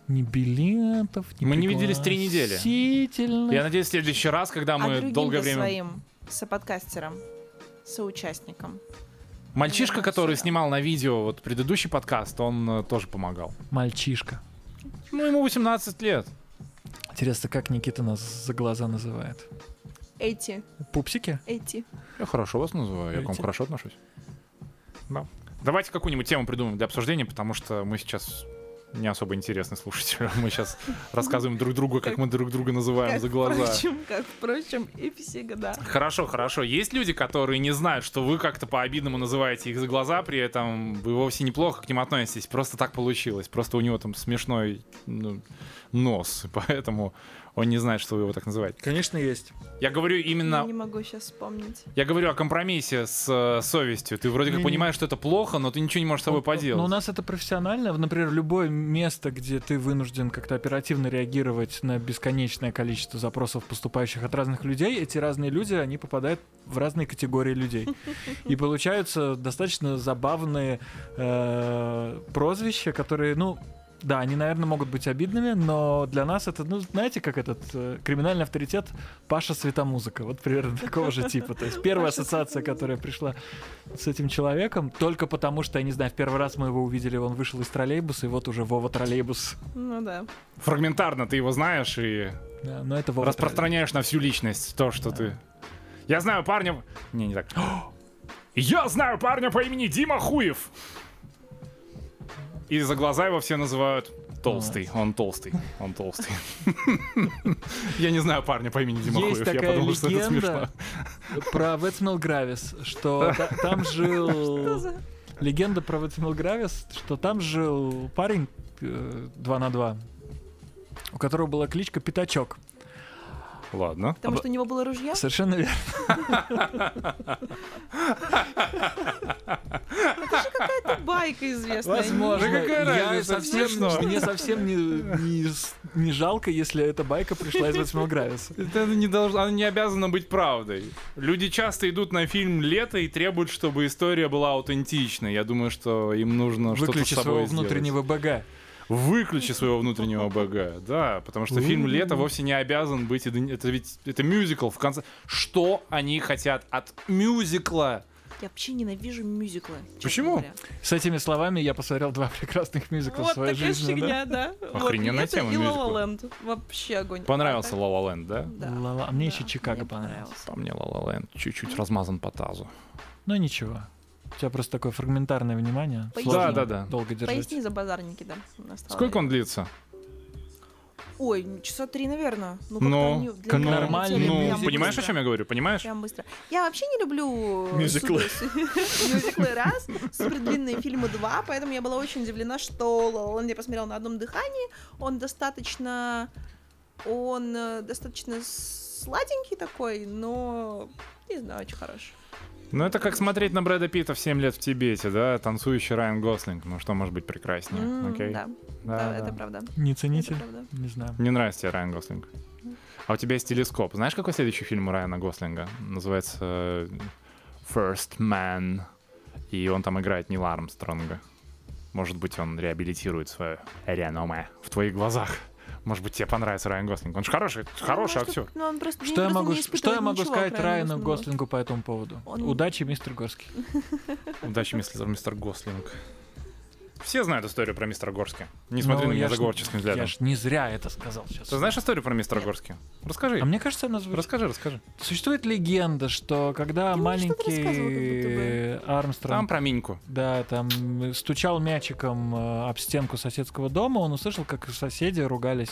ни билетов, ни Мы не виделись три недели. пригласительных. Я надеюсь, в следующий раз, когда Ну А мы другим-то долгое время... своим соподкастером, соучастником. Мальчишка, Наверное, который всё. снимал на видео вот предыдущий подкаст, он э, тоже помогал. Мальчишка. Ну, ему 18 лет. Интересно, как Никита нас за глаза называет? Эти, Пупсики? эти. Я хорошо вас называю, я к вам Видите? хорошо отношусь. Да. Давайте какую-нибудь тему придумаем для обсуждения, потому что мы сейчас не особо интересны слушателям. Мы сейчас рассказываем друг другу, как мы друг друга называем за глаза. Впрочем, как впрочем, и всегда. Хорошо, хорошо. Есть люди, которые не знают, что вы как-то по-обидному называете их за глаза, при этом вы вовсе неплохо к ним относитесь. Просто так получилось. Просто у него там смешной ну, нос, и поэтому он не знает, что вы его так называете. Конечно, есть. Я говорю именно... Я не могу сейчас вспомнить. Я говорю о компромиссе с э, совестью. Ты вроде как Не-не. понимаешь, что это плохо, но ты ничего не можешь с собой Ну, Ну, у поделать. нас это профессионально. Например, любое место, где ты вынужден как-то оперативно реагировать на бесконечное количество запросов, поступающих от разных людей, эти разные люди, они попадают в разные категории людей. И получаются достаточно забавные э, прозвища, которые, ну, да, они, наверное, могут быть обидными, но для нас это, ну, знаете, как этот э, криминальный авторитет Паша Светомузыка, вот примерно такого же типа. То есть первая Паша ассоциация, которая пришла с этим человеком, только потому что, я не знаю, в первый раз мы его увидели, он вышел из троллейбуса, и вот уже Вова троллейбус. Ну да. Фрагментарно ты его знаешь и Да, но это Вова распространяешь на всю личность то, что ты... Я знаю парня... Не, не так. Я знаю парня по имени Дима Хуев! И за глаза его все называют толстый, он толстый, он толстый. Я не знаю парня по имени Дима Хуев, Есть я такая подумал, что это смешно. легенда. троллейбус. Про Ветсмел Гравис, что та- там Что жил... за- Легенда про Ветмил Гравис, что там жил парень э, 2 на 2, у которого была кличка Пятачок. Ладно. Потому что у него было ружье? Совершенно верно. Это ну, байка известная. Возможно. Да какая Я разница, это совсем, смешно. мне совсем не, не, с- не жалко, если эта байка пришла из Ветмил Грависа. Это не должно, оно не обязано быть правдой. Люди часто идут на фильм «Лето» и требуют, чтобы история была аутентичной. Я думаю, что им нужно Ну, что-то с Выключи своего собой сделать. внутреннего БГ. Выключи своего внутреннего бога, да, потому что фильм «Лето» вовсе не обязан быть... иден- Это ведь это мюзикл в конце. Что они хотят от мюзикла? Я вообще ненавижу мюзиклы. честно Почему? говоря. С этими словами я посмотрел два прекрасных мюзикла в Вот своей такая жизни. да. фигня, да. Вот Охрененная это тема И мюзикла. «Ла-Ла Ленд». Вообще огонь. Понравился «Ла Ла Ленд», да? Да. Ла-ла. А мне Да, еще Чикаго мне понравилось. По мне «Ла Ла Ленд» чуть-чуть размазан по тазу. Ну ничего. У тебя просто такое фрагментарное внимание. Поясни. Сложно Да, да, да. Долго держать. Поясни за базарники, да. у нас стало. Сколько он длится? Ой, часа три, наверное. Ну, как-то они Ну, для меня нормальный прям ну, мюзикл. понимаешь, о быстро. чем я говорю? Понимаешь? Прям быстро. Я вообще не люблю э, Мюзиклы. супер- мюзиклы раз, супер длинные фильмы два, поэтому я была очень удивлена, что он я посмотрел на одном дыхании. Он достаточно, он э, достаточно сладенький такой, но не знаю, очень хорош. Ну, это как смотреть на Брэда Питта в 7 лет в Тибете, да? Танцующий Райан Гослинг. Ну, что может быть прекраснее? М, Окей? Да, Да, да, да. это правда. Не Это цените? правда. Не знаю. Не нравится тебе Райан Гослинг? А у тебя есть телескоп. Знаешь, какой следующий фильм у Райана Гослинга? Называется э, First Man. И он там играет Нила Армстронга. Может быть, он реабилитирует свое реноме в твоих глазах. Может быть, тебе понравится Райан Гослинг. Он же хороший, хороший Ну, может, актер. ну, он просто- Что я, просто могу, не что испытывает я могу ничего, сказать кроме Райану Гослинга. Гослингу по этому поводу? Он- Удачи, мистер Горский. Удачи, мистер, мистер Гослинг. Все знают историю про мистера Горски. Не смотри Но на Ну, я меня ж- заговорческим Я взглядом. ж не зря это сказал сейчас. Ты знаешь историю про мистера Горски? Расскажи. А мне кажется, она звучит... Расскажи, расскажи. Существует легенда, что когда Ты мне что-то рассказывал, маленький как Армстронг, Там про Миньку. да, там э, стучал мячиком э, об стенку соседского дома, он услышал, как соседи ругались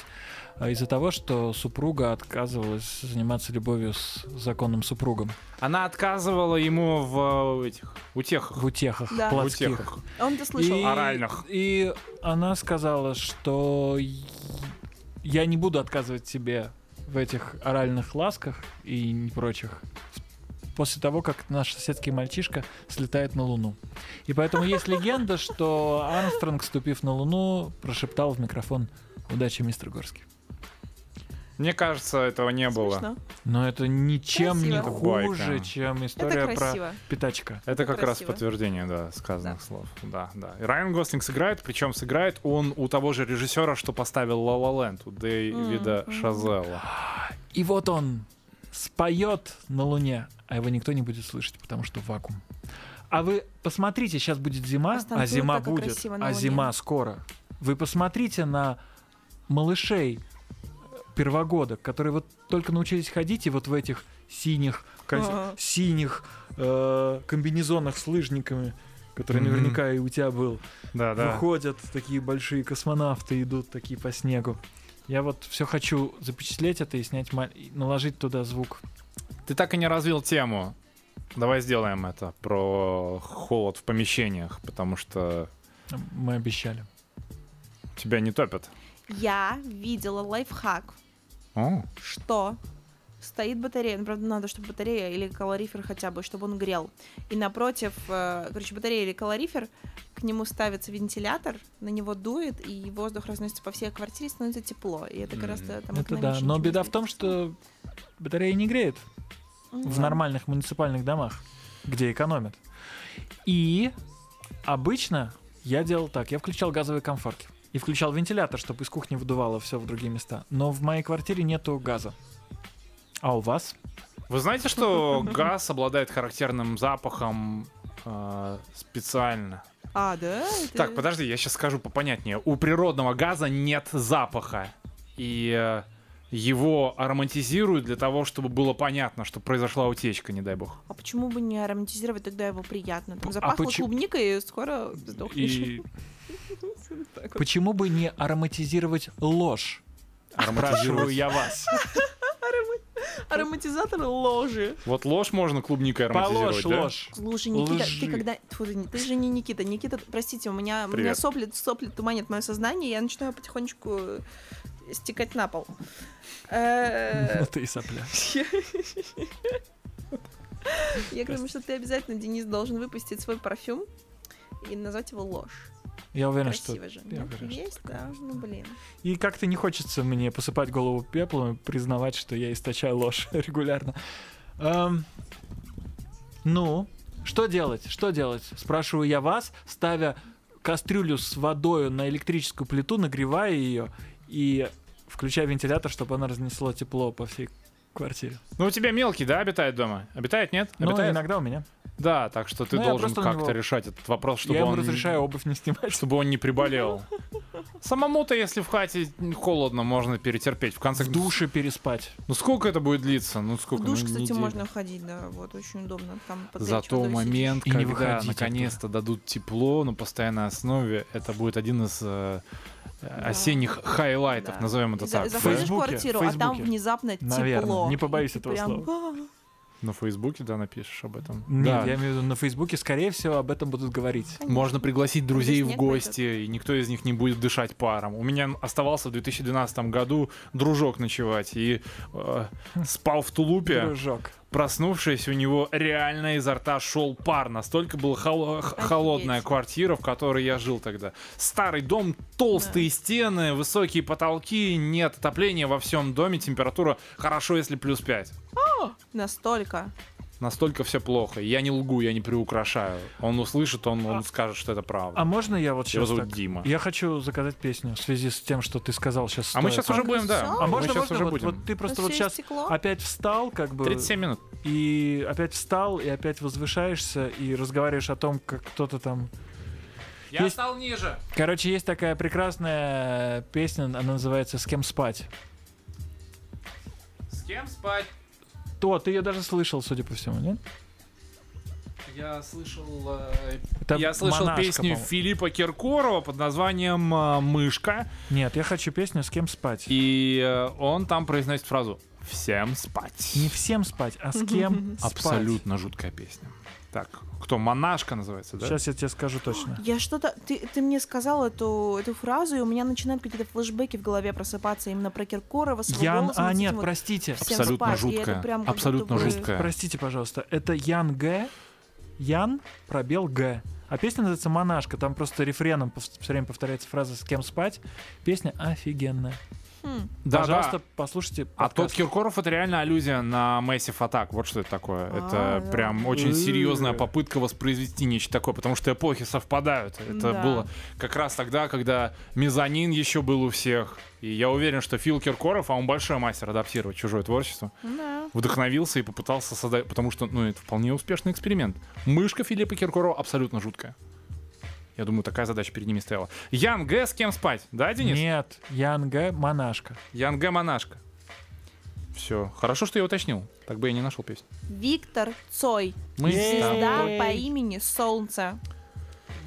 э, из-за того, что супруга отказывалась заниматься любовью с законным супругом Она отказывала ему в э, этих утехах. в утехах Да. В плотских. утехах. Он А, это слышал. И- Оральных. И она сказала, что й- я не буду отказывать тебе в этих оральных ласках и не прочих. После того, как наш соседский мальчишка слетает на Луну. И поэтому есть легенда, что Армстронг, ступив на Луну, прошептал в микрофон «Удачи, мистер Горский». Мне кажется, этого не было. Смешно. Но это ничем не Красиво. Это байка. хуже, чем Это история про красиво. пятачка. Это как раз Красиво. подтверждение, да, сказанных Да. слов. Да, да. И Райан Гослинг сыграет, причем сыграет он у того же режиссера, что поставил «Ла Ла Ленд», у Дэвида Мгм. Шазела. И вот он споет на Луне, а его никто не будет слышать, потому что вакуум. А вы посмотрите, сейчас будет зима, а Постанцуют зима так и будет, красиво на а Луне. зима скоро. Вы посмотрите на малышей первогодок, которые вот только научились ходить и вот в этих синих, кос- Ага. синих э, комбинезонах с лыжниками, который Мгм. наверняка и у тебя был. Да, да. Выходят такие большие космонавты, идут такие по снегу. Я вот все хочу запечатлеть это и снять, ма- и наложить туда звук. Ты так и не развил тему. Давай сделаем это про холод в помещениях, потому что Мы обещали. тебя не топят. Я видела лайфхак, О, что стоит батарея, ну, правда, надо, чтобы батарея или калорифер хотя бы, чтобы он грел. И напротив, э, короче, батарея или калорифер, к нему ставится вентилятор, на него дует, и воздух разносится по всей квартире, становится тепло. И это как раз Мгм. э, там это да. экономично Но ничего беда не в том, стоит. что батарея не греет Мгм. в нормальных муниципальных домах, где экономят. И обычно я делал так. Я включал газовые комфорки. И включал вентилятор, чтобы из кухни выдувало все в другие места. Но в моей квартире нету газа. А у вас? Вы знаете, что газ обладает характерным запахом э, специально? А, да? Это- Так, подожди, я сейчас скажу попонятнее. У природного газа нет запаха. И э, его ароматизируют для того, чтобы было понятно, что произошла утечка, не дай бог. А почему бы не ароматизировать тогда его приятно? Там запахло почему- клубникой, и скоро сдохнешь. А И Так вот. почему бы не ароматизировать ложь? Спрашиваю я вас. Ароматизатор ложи. Вот ложь можно клубникой ароматизировать, Положь да? ложь. Слушай, Никита, Лжи. ты когда... Тьфу, ты, не- ты же не Никита. Никита, простите, у меня, у меня Привет. сопли, сопли туманят мое сознание, я начинаю потихонечку э, стекать на пол. Э, Ну ты и сопля. Я думаю, что ты обязательно, Денис, должен выпустить свой парфюм и назвать его ложь. Я уверен, что Красиво же. я Ну, уверен, что Есть, такое да, есть, ну да. блин. И как-то не хочется мне посыпать голову пеплом и признавать, что я источаю ложь регулярно. Эм, ну, что делать? Что делать? Спрашиваю я вас, ставя кастрюлю с водою на электрическую плиту, нагревая ее и включая вентилятор, чтобы она разнесла тепло по всей квартире. Ну, у тебя мелкий, да, обитает дома? Обитает, нет? Ну, Обитает? иногда у меня. Да, так что ты Ну, я должен просто на как-то него- решать этот вопрос, чтобы я ему он... разрешаю обувь не снимать. Чтобы он не приболел. Самому-то, если в хате холодно, можно перетерпеть. В конце В душе переспать. Ну сколько это будет длиться? Ну сколько? В душ, Ну, кстати, неделю. можно ходить, да, вот, очень удобно. Там под горячей Зато водой сидишь. момент, И не выходить когда оттуда. наконец-то дадут тепло на постоянной основе, это будет один из э, осенних хайлайтов, Да. назовем это И за- так. Заходишь в Фейсбуке, квартиру, а там Фейсбуке. внезапно Наверное, тепло. не побоюсь И этого прям, слова. «А, На Фейсбуке, да, напишешь об этом. Нет, да. я имею в виду, на Фейсбуке, скорее всего, об этом будут говорить. конечно». Можно пригласить друзей Когда в снег гости, и никто из них не будет дышать паром. У меня оставался в 2012 году дружок ночевать, и э, спал в тулупе. Дружок. Проснувшись, у него реально изо рта шел пар. Настолько была хол- х- Офигеть. холодная квартира, в которой я жил тогда. Старый дом, толстые стены, высокие потолки, нет отопления во всем доме, температура хорошо, если плюс 5. Настолько. Настолько все плохо. Я не лгу, я не приукрашаю. Он услышит, он, он скажет, что это правда. А можно я вот Его сейчас зовут Дима. Я хочу заказать песню в связи с тем, что ты сказал сейчас. А мы сейчас уже будем, да. А А мы можно, сейчас можно? уже вот, будем. вот ты просто Ну, вот всё из сейчас стекла. опять встал, как бы, 37 минут. и опять встал, и опять возвышаешься, и разговариваешь о том, как кто-то там... Я Есть- стал ниже. Короче, есть такая прекрасная песня, она называется «С кем спать». С кем спать? То, ты ее даже слышал, судя по всему, нет? Я слышал, э, Это я слышал «Монашка», песню по-моему. Филиппа Киркорова под названием э, «Мышка». Нет, я хочу песню «С кем спать». И э, он там произносит фразу «Всем спать». Не всем спать, а с кем спать. Абсолютно жуткая песня. Так, кто? Монашка называется, да? Сейчас я тебе скажу точно. Я что-то... Ты, ты мне сказал эту, эту фразу, и у меня начинают какие-то флешбеки в голове просыпаться именно про Киркорова, с его Ян... голосом, А, вот с нет, этим вот простите. всем Абсолютно спать, и это жуткая. прям как Абсолютно будто бы- жуткая. Простите, пожалуйста, это Ян Г. Ян пробел Г. А песня называется «Монашка». Там просто рефреном все время повторяется фраза «С кем спать?». Песня офигенная. Хм. Да, Пожалуйста, да. послушайте А тот подкаст. Киркоров это реально аллюзия на Massive Attack. Вот что это такое. А, это да. прям очень серьезная Э. попытка воспроизвести нечто такое, потому что эпохи совпадают. Это Да. было как раз тогда, когда мезонин еще был у всех. И я уверен, что Фил Киркоров, а он большой мастер адаптировать чужое творчество, Да. вдохновился и попытался создать, потому что, ну, это вполне успешный эксперимент. Мышка Филиппа Киркорова абсолютно жуткая. Я думаю, такая задача перед ними стояла. Ян Г. С кем спать? Да, Денис? Нет, Ян Г. «Монашка». Ян Г. Монашка. Все. Хорошо, что я уточнил. Так бы я не нашел песню. Виктор Цой. Мы Е-е-е. с тобой. Звезда по имени Солнце.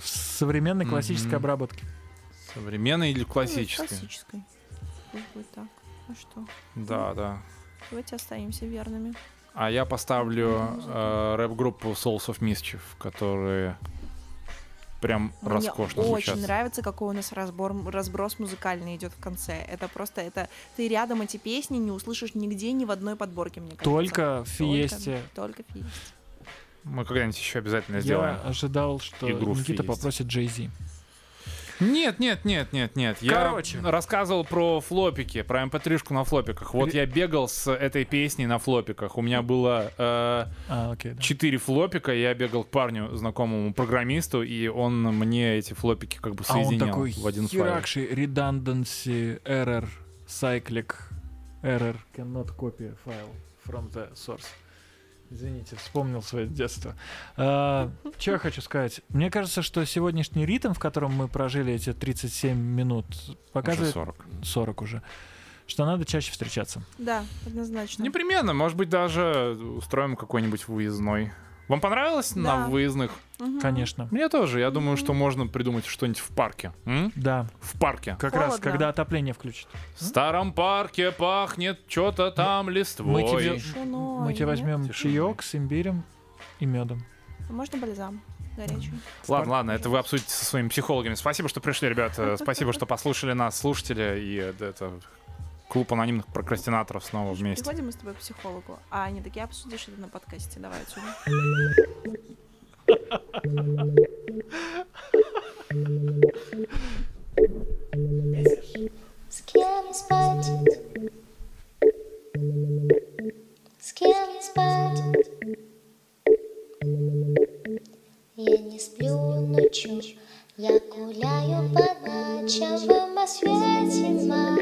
в современной Мгм. классической обработке. Современный или классический? Классической. Пусть будет так. Ну что, Да, да. давайте останемся верными. А я поставлю э, рэп-группу Souls of Mischief, которые прям роскошно Мне звучат. очень нравится, какой у нас разбор, разброс музыкальный идет в конце. Это просто, это ты рядом эти песни не услышишь нигде, ни в одной подборке, мне кажется. Только в Фиесте. Только в Фиесте. Мы когда-нибудь еще обязательно Я сделаем. ожидал, что Игру в Фиесте. Никита попросит Джей-Зи. Нет, нет, нет, нет, нет. Короче. Я рассказывал про флопики, про mp 3 на флопиках. Вот Ре- я бегал с этой песней на флопиках. У меня было э, А, окей, да. четыре флопика. Я бегал к парню, знакомому программисту, и он мне эти флопики как бы А он соединял такой в один файл. херакший redundancy error cyclic error cannot copy file from the source. Извините, вспомнил свое детство. А, что я хочу сказать? Мне кажется, что сегодняшний ритм, в котором мы прожили эти 37 минут, Уже показывает 40. 40 уже, что надо чаще встречаться. Да, однозначно. Непременно, может быть, даже устроим какой-нибудь выездной. Вам понравилось на Да. выездных? Мгм. Конечно. Мне тоже. Я думаю, что можно придумать что-нибудь в парке. М? Да, В парке. как раз, Холодно. когда отопление включит. В старом парке пахнет что-то там листвой. Ну, мы тебе- Тишиной, Мы тебе нет? возьмем Тишина. чаек с имбирем и медом. А Можно бальзам горячий? Ладно, ладно, это вы обсудите со своими психологами. Спасибо, что пришли, ребята. Спасибо, что послушали нас, слушатели. И э, да, это клуб анонимных прокрастинаторов снова вместе. Приходим мы с тобой к психологу, а они такие, обсудишь это на подкасте, давай отсюда. Skin spotted. Skin spotted. Я не сплю ночью, я гуляю по ночам в Москве-зима.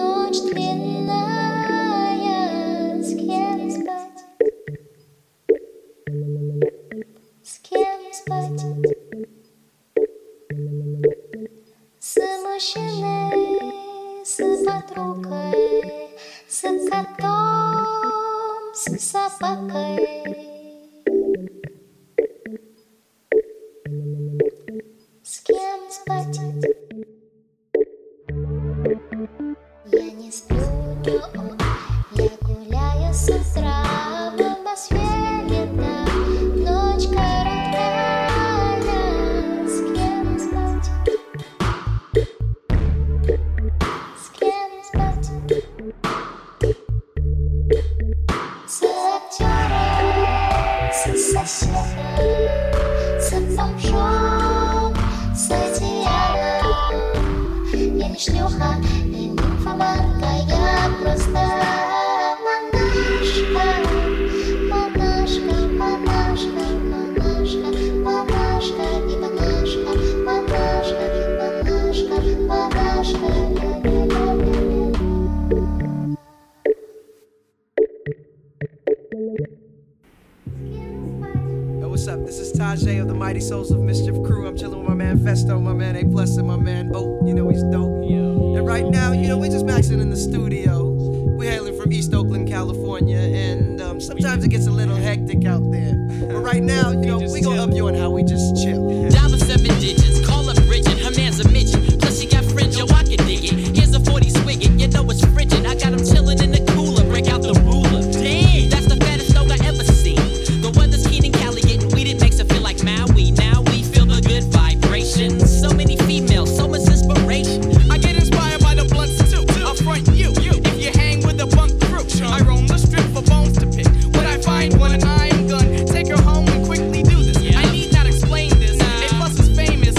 Ночь длинная, с кем спать? С кем спать? С мужчиной, с подругой, с котом, с собакой. С кем спать? Я не сплю, я гуляю с утра, в Москве лета, ночь короткая, с кем спать? С кем спать? С актером, с соседом, с бомжом, с одеялом. Я не шлюха и нимфоманка, я просто монашка. Монашка, монашка, монашка, монашка и монашка, монашка, монашка, монашка. Yo, what's up? This is Tajay of the Mighty Souls of Mischief crew. I'm chilling with my man Festo, my man A Plus, and my man Boat. You know he's dope. And right now, you know, we're just maxing in the studio. We're hailing from East Oakland, California, and um, sometimes it gets a little hectic out there. But right now, you know, we gonna up you on how we just chill. Dollar seven digits, call up Bridget, her man's a midget. Plus she got fringe, yo, I can dig it. Here's a 40 swiggin, you know it's frigid. I got him chillin' in the cooler, break out the ruler. Damn, that's the fattest dog I ever seen. The weather's keen and Cali getting weed, it makes it feel like Maui. Now we feel the good vibrations. So many females, so much inspiration. I get inspired by the blunts too. I'll front you, you, if you hang with a bunk crew. I roam the strip for bones to pick. When I find one, I'm gun. Take her home and quickly do this. I need not explain this. A plus is famous.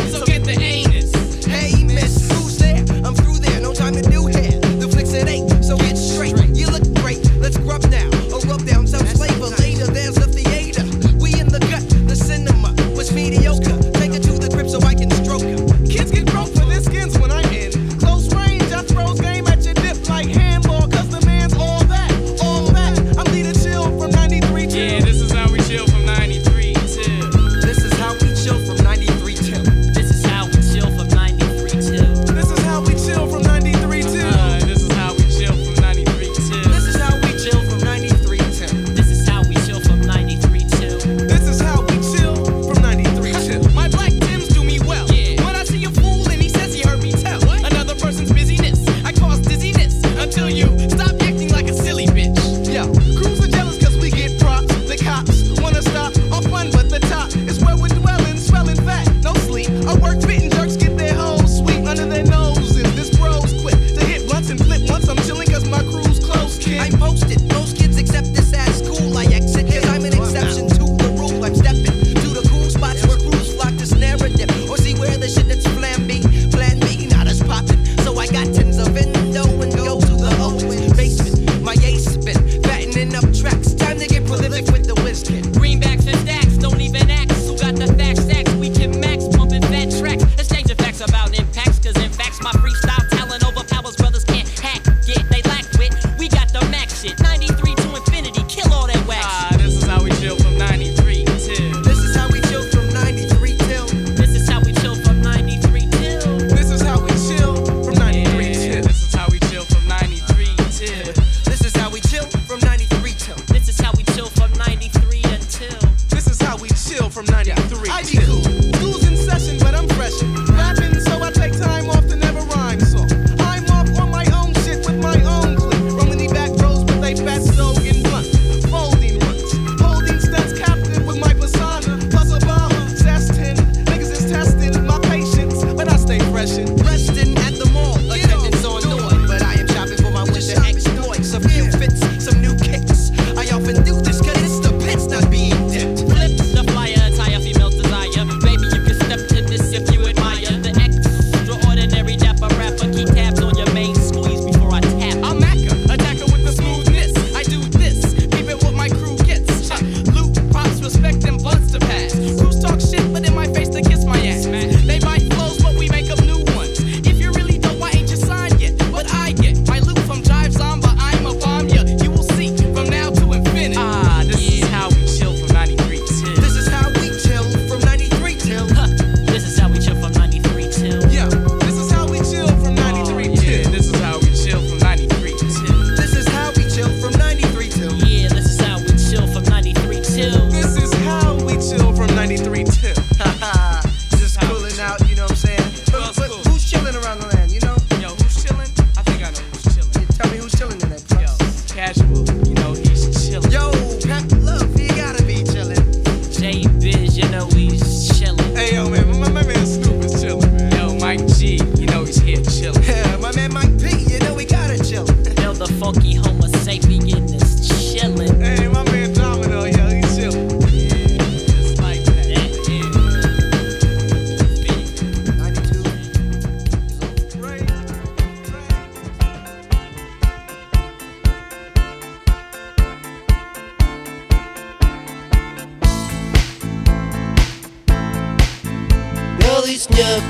Oh, funky Homo sapien is chilling. Hey, my man Domino, yo, he chillin'. Just like that. Yeah. 92. So crazy, crazy. Белый снег,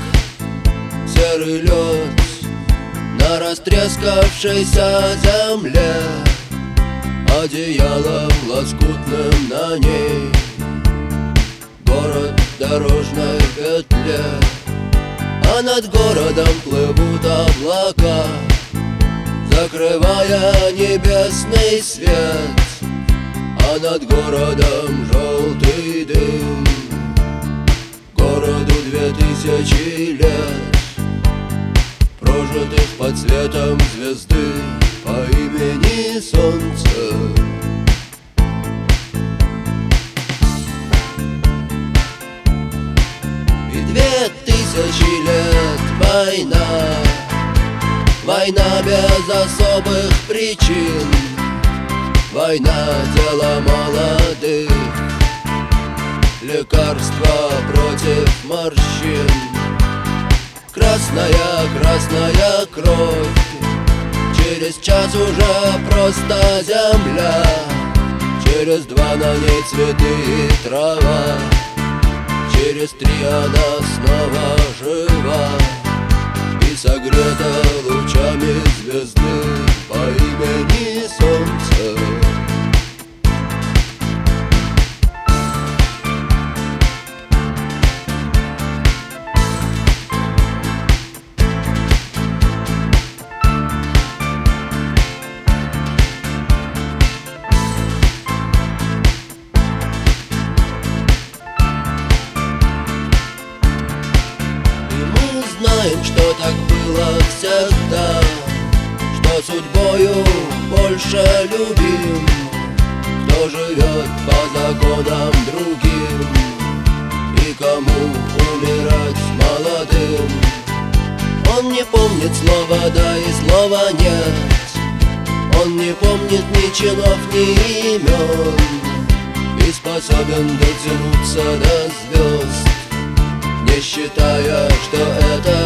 серый лед На растрескавшейся земле Одеялом лоскутным на ней Город в дорожной петле А над городом плывут облака Закрывая небесный свет А над городом желтый дым Городу две тысячи лет Прожитых под светом звезды По имени Солнце И две тысячи лет война Война без особых причин Война тела молодых Лекарства против морщин Красная, красная кровь Через час уже просто земля Через два на ней цветы и трава Через три она снова жива И согрета лучами звезды По имени Солнце И мы знаем, что так было всегда Что судьбою больше любим Кто живет по законам другим И кому умирать молодым Он не помнит слова «да» и слова «нет» Он не помнит ни чинов, ни имен И способен дотянуться до звезд не считая, что это